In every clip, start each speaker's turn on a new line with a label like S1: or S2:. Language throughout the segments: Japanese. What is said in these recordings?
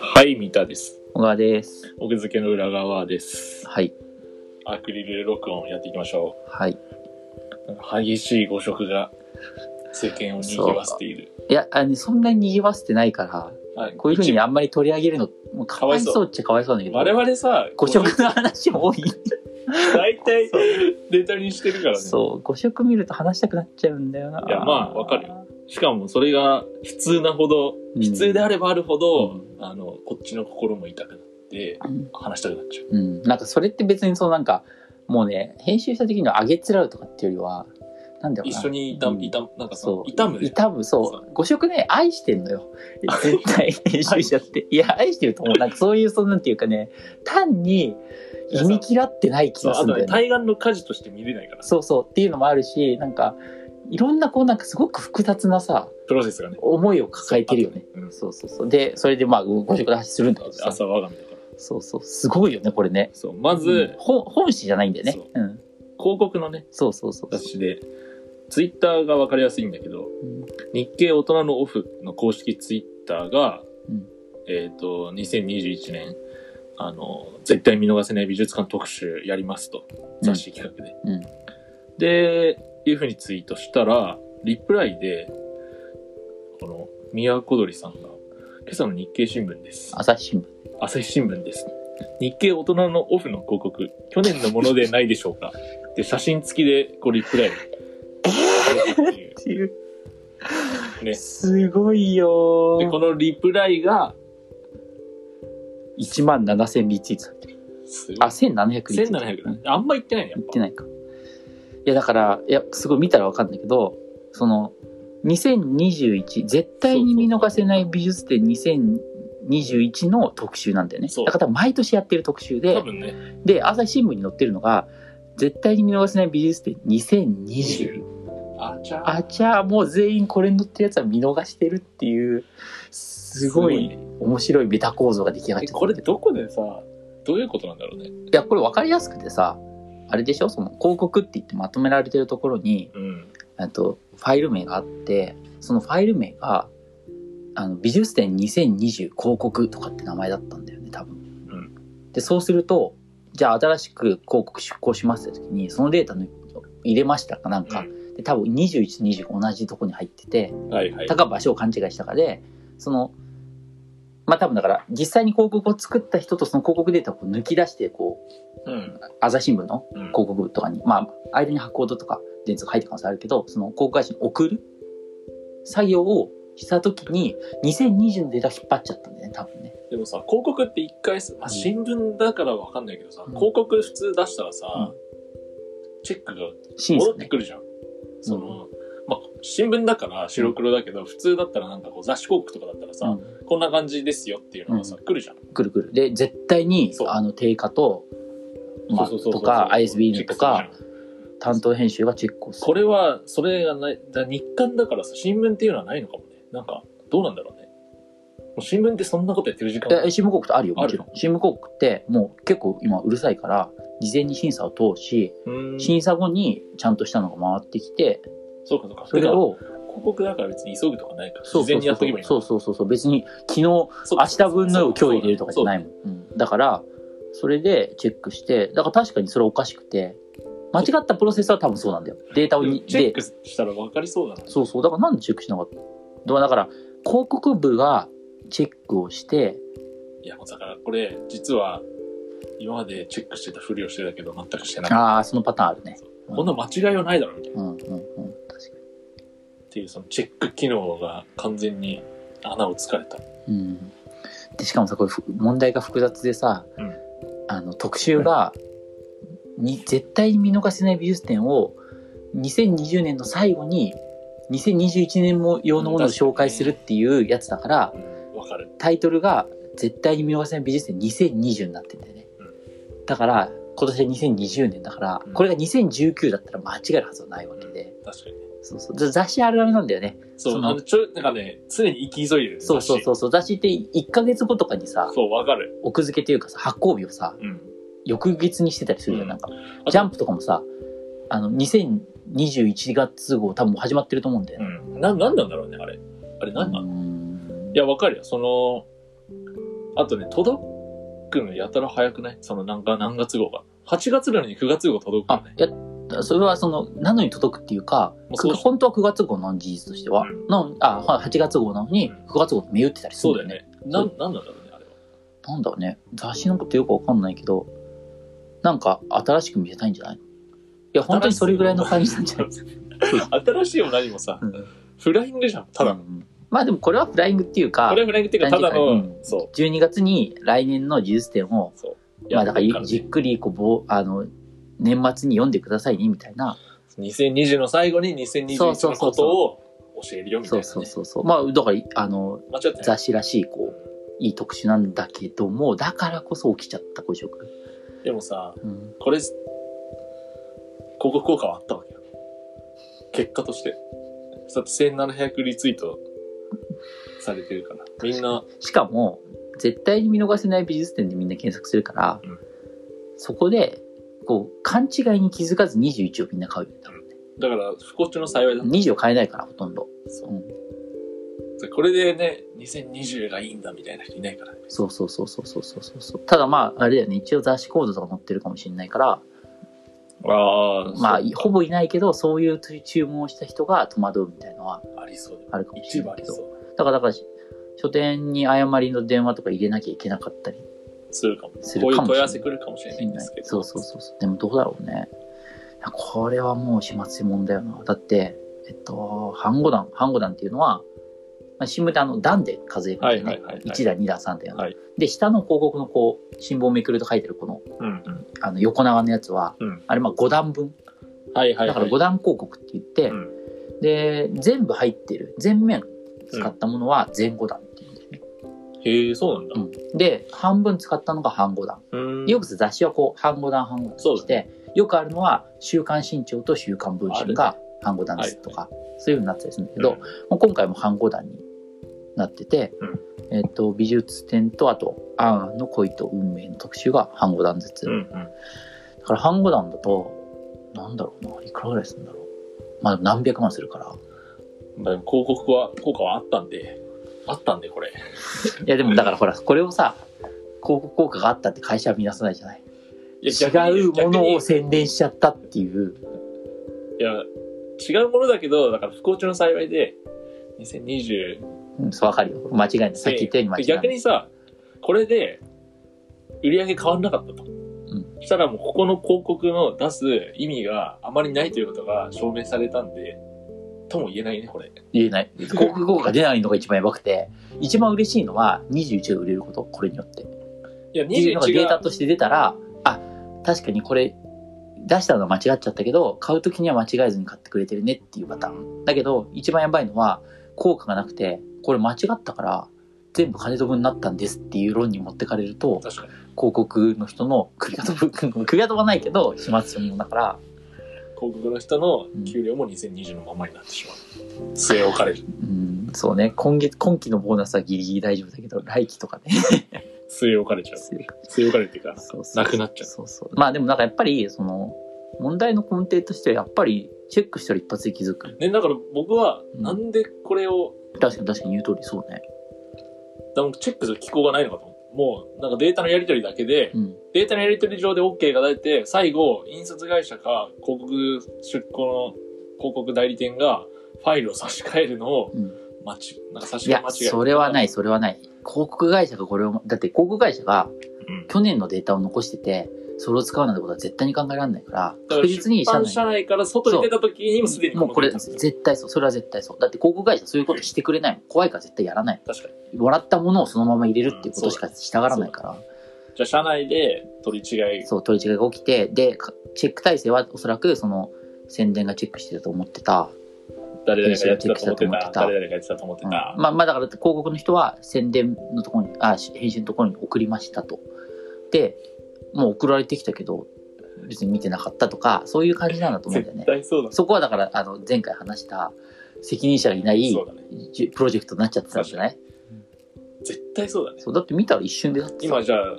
S1: はい、三田です。
S2: 小川です。
S1: 奥付けの裏側です。
S2: はい。
S1: アクリル録音やっていきましょ
S2: はい。
S1: う。なんか激しい誤植が世間を賑わせている。
S2: いや、あの、そんなに賑わせてないから、
S1: は
S2: こういうふう
S1: 一
S2: にあんまり取り上げるの、もうかわいそうっちゃかわいそうなんだけど、
S1: 我々さ、
S2: 誤色の話も 多い。
S1: 大 体ネタにしてるからね。
S2: そう、誤色見ると話したくなっちゃうんだよな。
S1: いやまあわかるよ。しかもそれが普通なほど、
S2: うん
S1: 普通であればあるほど、
S2: う
S1: あの、こっちの心も痛くなって、
S2: うん
S1: 話したくなっちゃう。
S2: うん。なんかそれって別にそうなんか、もうね、編集した時の上げつらうとかっていうよりは、なんだろうな。
S1: 一緒に痛む、
S2: うん
S1: 痛む、なんかその
S2: そう
S1: 痛むね。
S2: 痛む、そう。誤色ね、愛してんのよ。絶対、編集者って。いや、愛してると思う。なんかそういう、そのなんていうかね、単に、意味嫌ってない気
S1: そう
S2: が
S1: あ
S2: するん
S1: とね、
S2: だよね。
S1: 対岸の火事として見れないから、
S2: そうそうっていうのもあるしなんかいろんなこうなんかすごく複雑なさ
S1: プロセスがね。
S2: 思いを抱えてるよね。
S1: うん
S2: そうそうそうでそれでまあご食発するんだけどさ
S1: 朝我が身だから。
S2: そうそうすごいよねこれね。
S1: そう、まず、
S2: うんほん本誌じゃないんだよね。
S1: そう
S2: う,、ん、
S1: 広告のね、
S2: そうそうそう。
S1: 雑誌で、ツイッターがわかりやすいんだけど、
S2: うん
S1: 日経大人のオフの公式ツイッターが、
S2: うん
S1: えっ、と、2021年、あの、絶対見逃せない美術館特集やりますと、雑誌企画で。
S2: うん
S1: で、いうふうにツイートしたら、リプライで、この、宮古鳥さんが、今朝の日経新聞です。
S2: 朝日新聞。
S1: 朝日新聞です。日経大人のオフの広告、去年のものでないでしょうか。で、写真付きでごリプライ。
S2: っていう
S1: ね
S2: すごいよ
S1: で、このリプライが、
S2: 1万7000リツイートされてる。
S1: すご
S2: あ
S1: い。
S2: 1700リツイート。
S1: 1700だ。あんま言ってないね、やっ
S2: 言ってないか。いや、だから、いや、すごい見たらわかんないけど、その、2021、絶対に見逃せない美術展2021の特集なんだよね
S1: そう。
S2: だから毎年やってる特集
S1: ぱ。多
S2: で、
S1: 分ね、
S2: で、朝日新聞に載ってるのが、絶対に見逃せない美術展2020。
S1: あちゃー
S2: あちゃあ、もう全員これに載ってるやつは見逃してるっていう、すごい
S1: ね
S2: 面白いメタ構造が出来上がっ
S1: え
S2: ちゃった。
S1: これどこでさ、どういうことなんだろうね。
S2: いや、これ分かりやすくてさ、あれでしょその広告って言ってまとめられてるところに、
S1: うん。
S2: あと、ファイル名があって、そのファイル名が、あの、美術展2020広告とかって名前だったんだよね、多分。で、そうすると、じゃあ新しく広告出稿しますって時に、そのデータの入れましたかなんか、
S1: う
S2: で、多分21と25同じとこに入ってて、
S1: はいはい
S2: た。か場所を勘違いしたかで、その、まあ、多分だから、実際に広告を作った人とその広告データをこう抜き出して、こう、
S1: うん。
S2: 朝日新聞の
S1: うん
S2: 広告とかに、まあ、間に発行度とか電通が入ってる可能性あるけど、その広告会社に送る作業をしたときに、2020のデータを引っ張っちゃったんだよね、多分ね。
S1: でもさ、広告って一回す、まあ、新聞だからわかんないけどさ、
S2: うん
S1: 広告普通出したらさ、
S2: うん
S1: チェックが
S2: 審
S1: 戻
S2: 査
S1: って
S2: ね。
S1: くるじゃん。その、まあ、新聞だから白黒だけど、普通だったらなんかこう雑誌広告とかだったらさ、
S2: うん
S1: こんな感じですよっていうのがさ、来るじゃん。
S2: くるくる。で、絶対に
S1: そう、
S2: あの、定価と、まあ、
S1: そうそうそうそ
S2: と
S1: う
S2: か、ISB の
S1: チェ
S2: と
S1: ッ
S2: か
S1: ク、するじゃん
S2: 担当編集がチェックをする。
S1: これは、それがない、だ日刊だからさ、新聞っていうのはないのかもね。なんか、どうなんだろうね。もう新聞ってそんなことやってる時間
S2: え、新聞広告ってあるよ、
S1: ある
S2: もちろん。新聞広告って、もう結構今うるさいから、事前に審査を通し、
S1: うーん
S2: 審査後にちゃんとしたのが回ってきて、
S1: そうかそうか。
S2: それを、
S1: 広告だから別に急ぐとかないから、
S2: そう
S1: 事
S2: そ
S1: 前
S2: う
S1: にやっとけばいいのか
S2: そうそうそうそう、別に昨日、明日分のを今日入れるとかじゃないもん。うんだから、それでチェックして、だから確かにそれおかしくて、間違ったプロセスは多分そうなんだよ。データをに、
S1: チェッ
S2: で
S1: ク、したら分かりそうだな。
S2: そうそう、だからなんでチェックしなかっただからだから、広告部がチェックをして、
S1: いや、もうだからこれ、実は、今までチェックしてたふりをしてたけど、全くしてなかっ
S2: ああ、そのパターンあるね。
S1: た。こんな間違いはないだろ、みたいな。
S2: うんうんうん、確か
S1: っていう、そのチェック機能が完全に穴をつかれた。
S2: に。うん。で、しかもさ、これふ問題が複雑でさ、
S1: うん
S2: あの、特集が、に、絶対に見逃せない美術展を、2020年の最後に、2021年も用のものを紹介するっていうやつだから、
S1: わかる。
S2: タイトルが、絶対に見逃せない美術展2020になってんだよね。だから、今年は2020年だから
S1: うん、
S2: これが2019だったら間違えるはずはないわけで。
S1: 確かにね。
S2: そうそう。ざ雑誌あるあるなんだよね。
S1: そう、
S2: その
S1: あのちょ、なんかね、常に生き急いでる。。
S2: そうそうそううそう。雑誌って1ヶ月後とかにさ、
S1: そう、わかる。
S2: 奥付けというかさ発行日をさ
S1: うん。
S2: 翌月にしてたりするじゃ
S1: うん
S2: んなんか
S1: と
S2: ジャンプとかもさあの2020 21月号多分もう始まってると思うんだよ
S1: う
S2: ね。
S1: ん。な、なんなんだろうね、あれ。あれなんなん、
S2: う
S1: い
S2: ん
S1: や、わかるよ。その、あとね、届くのやたら早くないその、なんか、何月号が。8月なのに9月号届くよ
S2: あ
S1: ね。
S2: いやそれはそのなのに届くっていうか
S1: もうそう
S2: く本当は9月号なの事実としては、
S1: うん
S2: なのにあは8月号なのに
S1: うん
S2: 9月号って銘打ってたりす
S1: そ
S2: る
S1: うんだ
S2: だ
S1: よ
S2: よ
S1: ね。
S2: ね
S1: な、
S2: そ
S1: なんなんだろうね、あれは。
S2: なんだろうね雑誌のことよくわかんないけどなんか新しく見せたいんじゃないいや本当にそれぐらいの感じなんじゃない
S1: 新しいも何もさ、
S2: うん
S1: フライングじゃん、ただ
S2: う
S1: の。
S2: んまあでもこれはフライングっていうか
S1: これはフライングっていうか、ただ
S2: う
S1: の
S2: ん、
S1: そ
S2: 12月に来年の技術展を
S1: う、そう。
S2: まあだから
S1: い
S2: い
S1: やね
S2: じっくりこうぼあの年末に読んでくださいねみたいな
S1: 2020の最後に
S2: そうそ
S1: 2021
S2: う
S1: の
S2: そ
S1: こ
S2: うそう
S1: とを教えるよみたい
S2: そ
S1: な、ね。
S2: うそうそうそうまあだからいあの
S1: 間違ってない。
S2: 雑誌らしいこういい特集なんだけどもだからこそ起きちゃった五色、
S1: でもさ、
S2: うん、
S1: これ、広告効果はあったわけよ。結果として。だって1700リツイートされてるから。みんな、
S2: しかも絶対に見逃せない美術展でみんな検索するから、
S1: うん
S2: そこでこう勘違いに気づかず21をみんな買うよね多分ね
S1: だから不幸中の幸いだった。
S2: 20を買えないからほとんど、
S1: そう
S2: うん、
S1: これでね、2020がいいんだみたいな人いないからね。
S2: そうそうそうそうそうそうそうそうただまああれだよね一応雑誌コードとか載ってるかもしれないから
S1: あ
S2: まあいほぼいないけどそういう注文をした人が戸惑うみたいのは
S1: あ、ありそうだよ。
S2: あるかもし
S1: 一
S2: れ
S1: 部
S2: な
S1: あ
S2: いけ
S1: り
S2: ど
S1: そう。
S2: だからだからし書店に誤りの電話とか入れなきゃいけなかったり
S1: するかも。こ
S2: す
S1: う
S2: る
S1: い
S2: か
S1: う
S2: もし
S1: 問
S2: れない
S1: い合わせ来るかもしれないんですけど。
S2: そうそうそうそうでもどうだろうねいやこれはもう始末もんだよなだってえっと反語団反語団っていうのは、まあ、新聞であの段で数えるんだよね、
S1: はいはいはいはい
S2: 1段2段3段、
S1: はい
S2: で下の広告のこう新聞をめくると書いてるこの
S1: うんうん。
S2: あの横長のやつは、
S1: うん
S2: あれまあ5段分
S1: はいはいはい。
S2: だから5段広告って言って、
S1: うん
S2: で全部入ってる全面使ったものは全5段っていうんだよね、
S1: へえ、そうなんだ。
S2: うんで半分使ったのが半5段
S1: うん
S2: よくさ雑誌はこう半語段半語段
S1: そう
S2: と
S1: だ
S2: して、よくあるのは「週刊新潮」と「週刊文春」が半語段ですとか、そういうふうになったりするんだけど、
S1: うん
S2: もう今回も半語段になってて、えっと美術展とあと「アンアンの恋と運命」の特集が半語段ずつ、
S1: うんう
S2: だ
S1: ん。
S2: から半語段だとなんだろうないくらぐらいするんだろうまあ何百万するから
S1: まあ、でも広告は、効果はあったんで、あったんで、これ。
S2: いやでもだからほらこれをさ広告効果があったって会社は見なさないじゃない
S1: い
S2: 違うも
S1: 逆
S2: のを
S1: に
S2: 宣伝しちゃったっていう
S1: いや、違うものだけど、だから不幸中の幸いで、2020、
S2: うん、そうわかるよ。間違いない。さっき言ったように間違いない。
S1: 逆にさ、これで、売り上げ変わんなかったと。
S2: ん
S1: したらもうここの広告の出す意味があまりないということが証明されたんで、とも言えないね、これ。
S2: 言えない。広告効果が出ないのが一番やばくて、一番嬉しいのは21が売れること、これによって。っ
S1: いや、
S2: ていうのが
S1: 21
S2: データ
S1: が、
S2: として出たら、あ、確かにこれ、出したのは間違っちゃったけど、買うときには間違えずに買ってくれてるねっていうパターン。だけど、一番やばいのは、効果がなくて、これ間違ったから、全部金飛ぶになったんですっていう論に持ってかれると、
S1: 確かに。
S2: 広告の人の首が飛ぶ、 首が飛ばないけど、始末もだから、
S1: 広告の人の給料も2020のままになってしまう。据え置かれる。
S2: うん、そうね。今月、今期のボーナスはギリギリ大丈夫だけど、来期とかね。
S1: 据え置かれちゃう。据え置かれるっていうか、
S2: そうそう
S1: なくなっちゃう
S2: そうそう。まあでもなんかやっぱり、その、問題の根底としてはやっぱり、チェックしたら一発で気づく。
S1: ね、だから僕は、
S2: うん
S1: なんでこれを、
S2: 確かに確かに言う通りそうね。
S1: だからチェックする機構がないのかと思う。もう、なんかデータのやり取りだけで、
S2: うん。
S1: データのやり取り上で OK が出て、最後、印刷会社か、広告出向の広告代理店が、ファイルを差し替えるのを、
S2: うん、
S1: 待ち、なんか差し
S2: い
S1: 替え
S2: や
S1: 間違、える
S2: それはない、。それはない。広告会社がこれを、だって広告会社が
S1: うん
S2: 去年のデータを残してて、それを使うなんてことは絶対に考えられないから、
S1: だから
S2: 確実
S1: 出
S2: に社
S1: 版
S2: 内
S1: 社内から外に出た時にもすでに
S2: もうこれ
S1: のデータ
S2: 絶対そう、それは絶対そう。だって広告会社そういうことしてくれないもん。怖いから絶対やらない。
S1: 確かに。
S2: もらったものをそのまま入れるっていうことしかしたがらないから。
S1: じゃあ、社内で取り違い、
S2: そう、取り違いが起きて、で、かチェック体制はおそらくその宣伝がチェックしてると思ってた。
S1: 誰々がやってたと思って
S2: 編集がチェックしたと思って
S1: た、
S2: た
S1: 誰々がやってたと思って
S2: うん
S1: た。
S2: まあまあだから広告の人は宣伝のところに、あ、し編集のところに送りましたと。で、もう送られてきたけど、別に見てなかったとか、そういう感じなんだと思うんだよ
S1: 絶
S2: ね。
S1: 対そうだ。
S2: そこはだから、あの、前回話した責任者がいない
S1: そうだね。
S2: じプロジェクトになっちゃってたんじゃない
S1: 絶対そうだね。
S2: そう、だって見たら一瞬でだってさ
S1: 今じゃあ、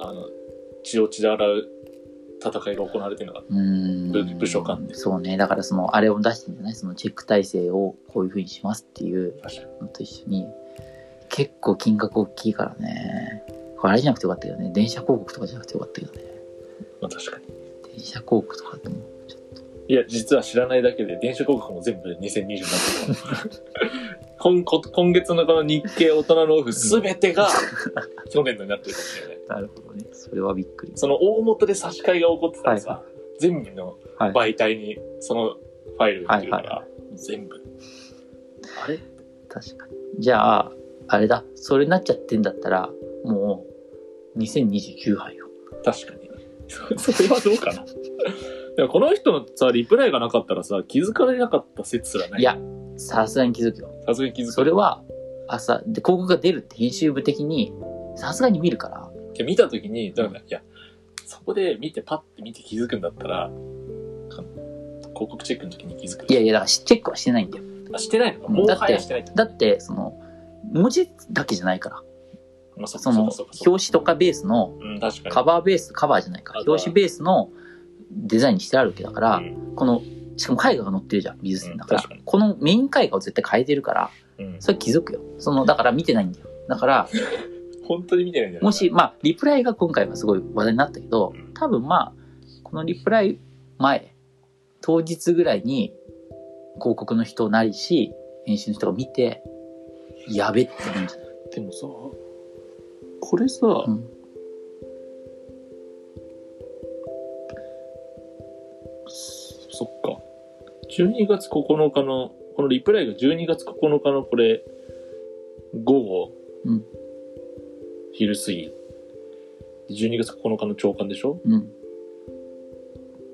S1: あの、血を血で洗う戦いが行われてるのが、
S2: うーん。
S1: 部部署間で。
S2: そうね。だからその、あれを出してんじゃないそのチェック体制をこういう風にしますっていう
S1: 確かに。
S2: のと一緒に、結構金額大きいからね。これあれじゃなくてよかったけどね。電車広告とかじゃなくてよかったけどね。
S1: まあ確かに。
S2: 電車広告とかってもうちょっ
S1: いや、実は知らないだけで、電車広告も全部2027年。今こ 今月のこの日経大人のオフすべて が去年のになってるかもしれない。
S2: と。なるほどね。それはびっくり。
S1: その大元で差し替えが起こってたらさ、
S2: は
S1: 全部の
S2: はい。
S1: 媒体にそのファイルが出てるから、
S2: は
S1: 全部。あれ
S2: 確かに。じゃあ、あれだ。それになっちゃってんだったら、もう、2029杯よ。
S1: 確か に。それはどうかな。 でもこの人のさ、リプライがなかったらさ、気づかれなかった説すらない。
S2: い、や、さすがに気づくよ。
S1: さすがに気づか
S2: そ
S1: れ
S2: れは、朝、で、広告が出るって編集部的に、さすがに見るから、
S1: いや見たときに、だから、いや、そこで見て、パッて見て気づくんだったら、か広告チェックの時に気づく。
S2: いやいや、だからチェックはしてないんだよ。
S1: あ、してないのか
S2: うん
S1: もう
S2: だって
S1: はやしてないって。
S2: だって、その、文字だけじゃないから。
S1: まあ、そ
S2: そ
S1: そ
S2: の、
S1: うか
S2: 表
S1: そうかそうか。
S2: 紙とかベースの、
S1: うん、確かに。
S2: カバーベース、カバーじゃないか
S1: カバ。ー
S2: 表紙ベースのデザインにしてあるわけだから、
S1: うん
S2: この、しかも絵画が載ってるじゃん、美術展だから。
S1: うん確かに
S2: このメイン絵画を絶対変えてるから、
S1: うん、
S2: それ気づくよ。その、だから見てないんだよ。だから、
S1: 本当に見てないんじゃない
S2: もし、まあ、リプライが今回はすごい話題になったけど、多分まあ、このリプライ前、当日ぐらいに、広告の人なりし、編集の人が見て、やべって言うんじゃない、
S1: でもさ、これさ、
S2: うん
S1: そっか。12月9日の、このリプライが12月9日のこれ、午後、
S2: うん
S1: 昼過ぎ。12月9日の朝刊でしょ
S2: うん。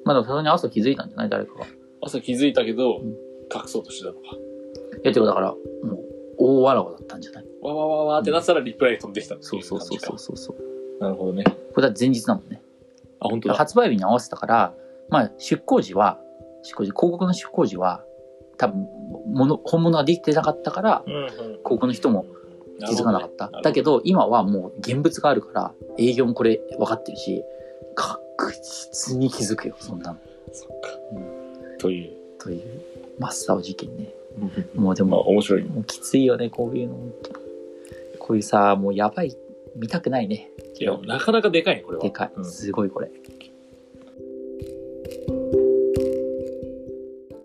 S2: まあ、でもさすがに朝気づいたんじゃない誰かが。い
S1: 朝気づいたけど、
S2: うん
S1: 隠そうとしてたのか。
S2: や、てかだから、もう、大わらわだったんじゃない
S1: わわわわってなったらリプライ飛んできたってい
S2: そうそうそうそう
S1: 感
S2: そうそう。
S1: じかなるほどね。
S2: これだって前日だもんね。
S1: あ、本当だ。
S2: 発売日に合わせたから、まあ、出稿時は、出稿時、広告の出稿時は、多分、もの、本物ができてなかったから、
S1: うんうん、広
S2: 告の人も気づかなかった。だけど、今はもう現物があるから、営業もこれ分かってるし、確実に気づくよ、そんなの。
S1: そっか
S2: う。
S1: という。
S2: という、真っ青事件ね。もうで
S1: まあ
S2: も、
S1: 面白い。
S2: もうきついよね、こういうの。こういうさ、もうやばい、見たくないね。
S1: いや、なかなかでかいね、これは。
S2: でかい。
S1: うん
S2: すごいこれ。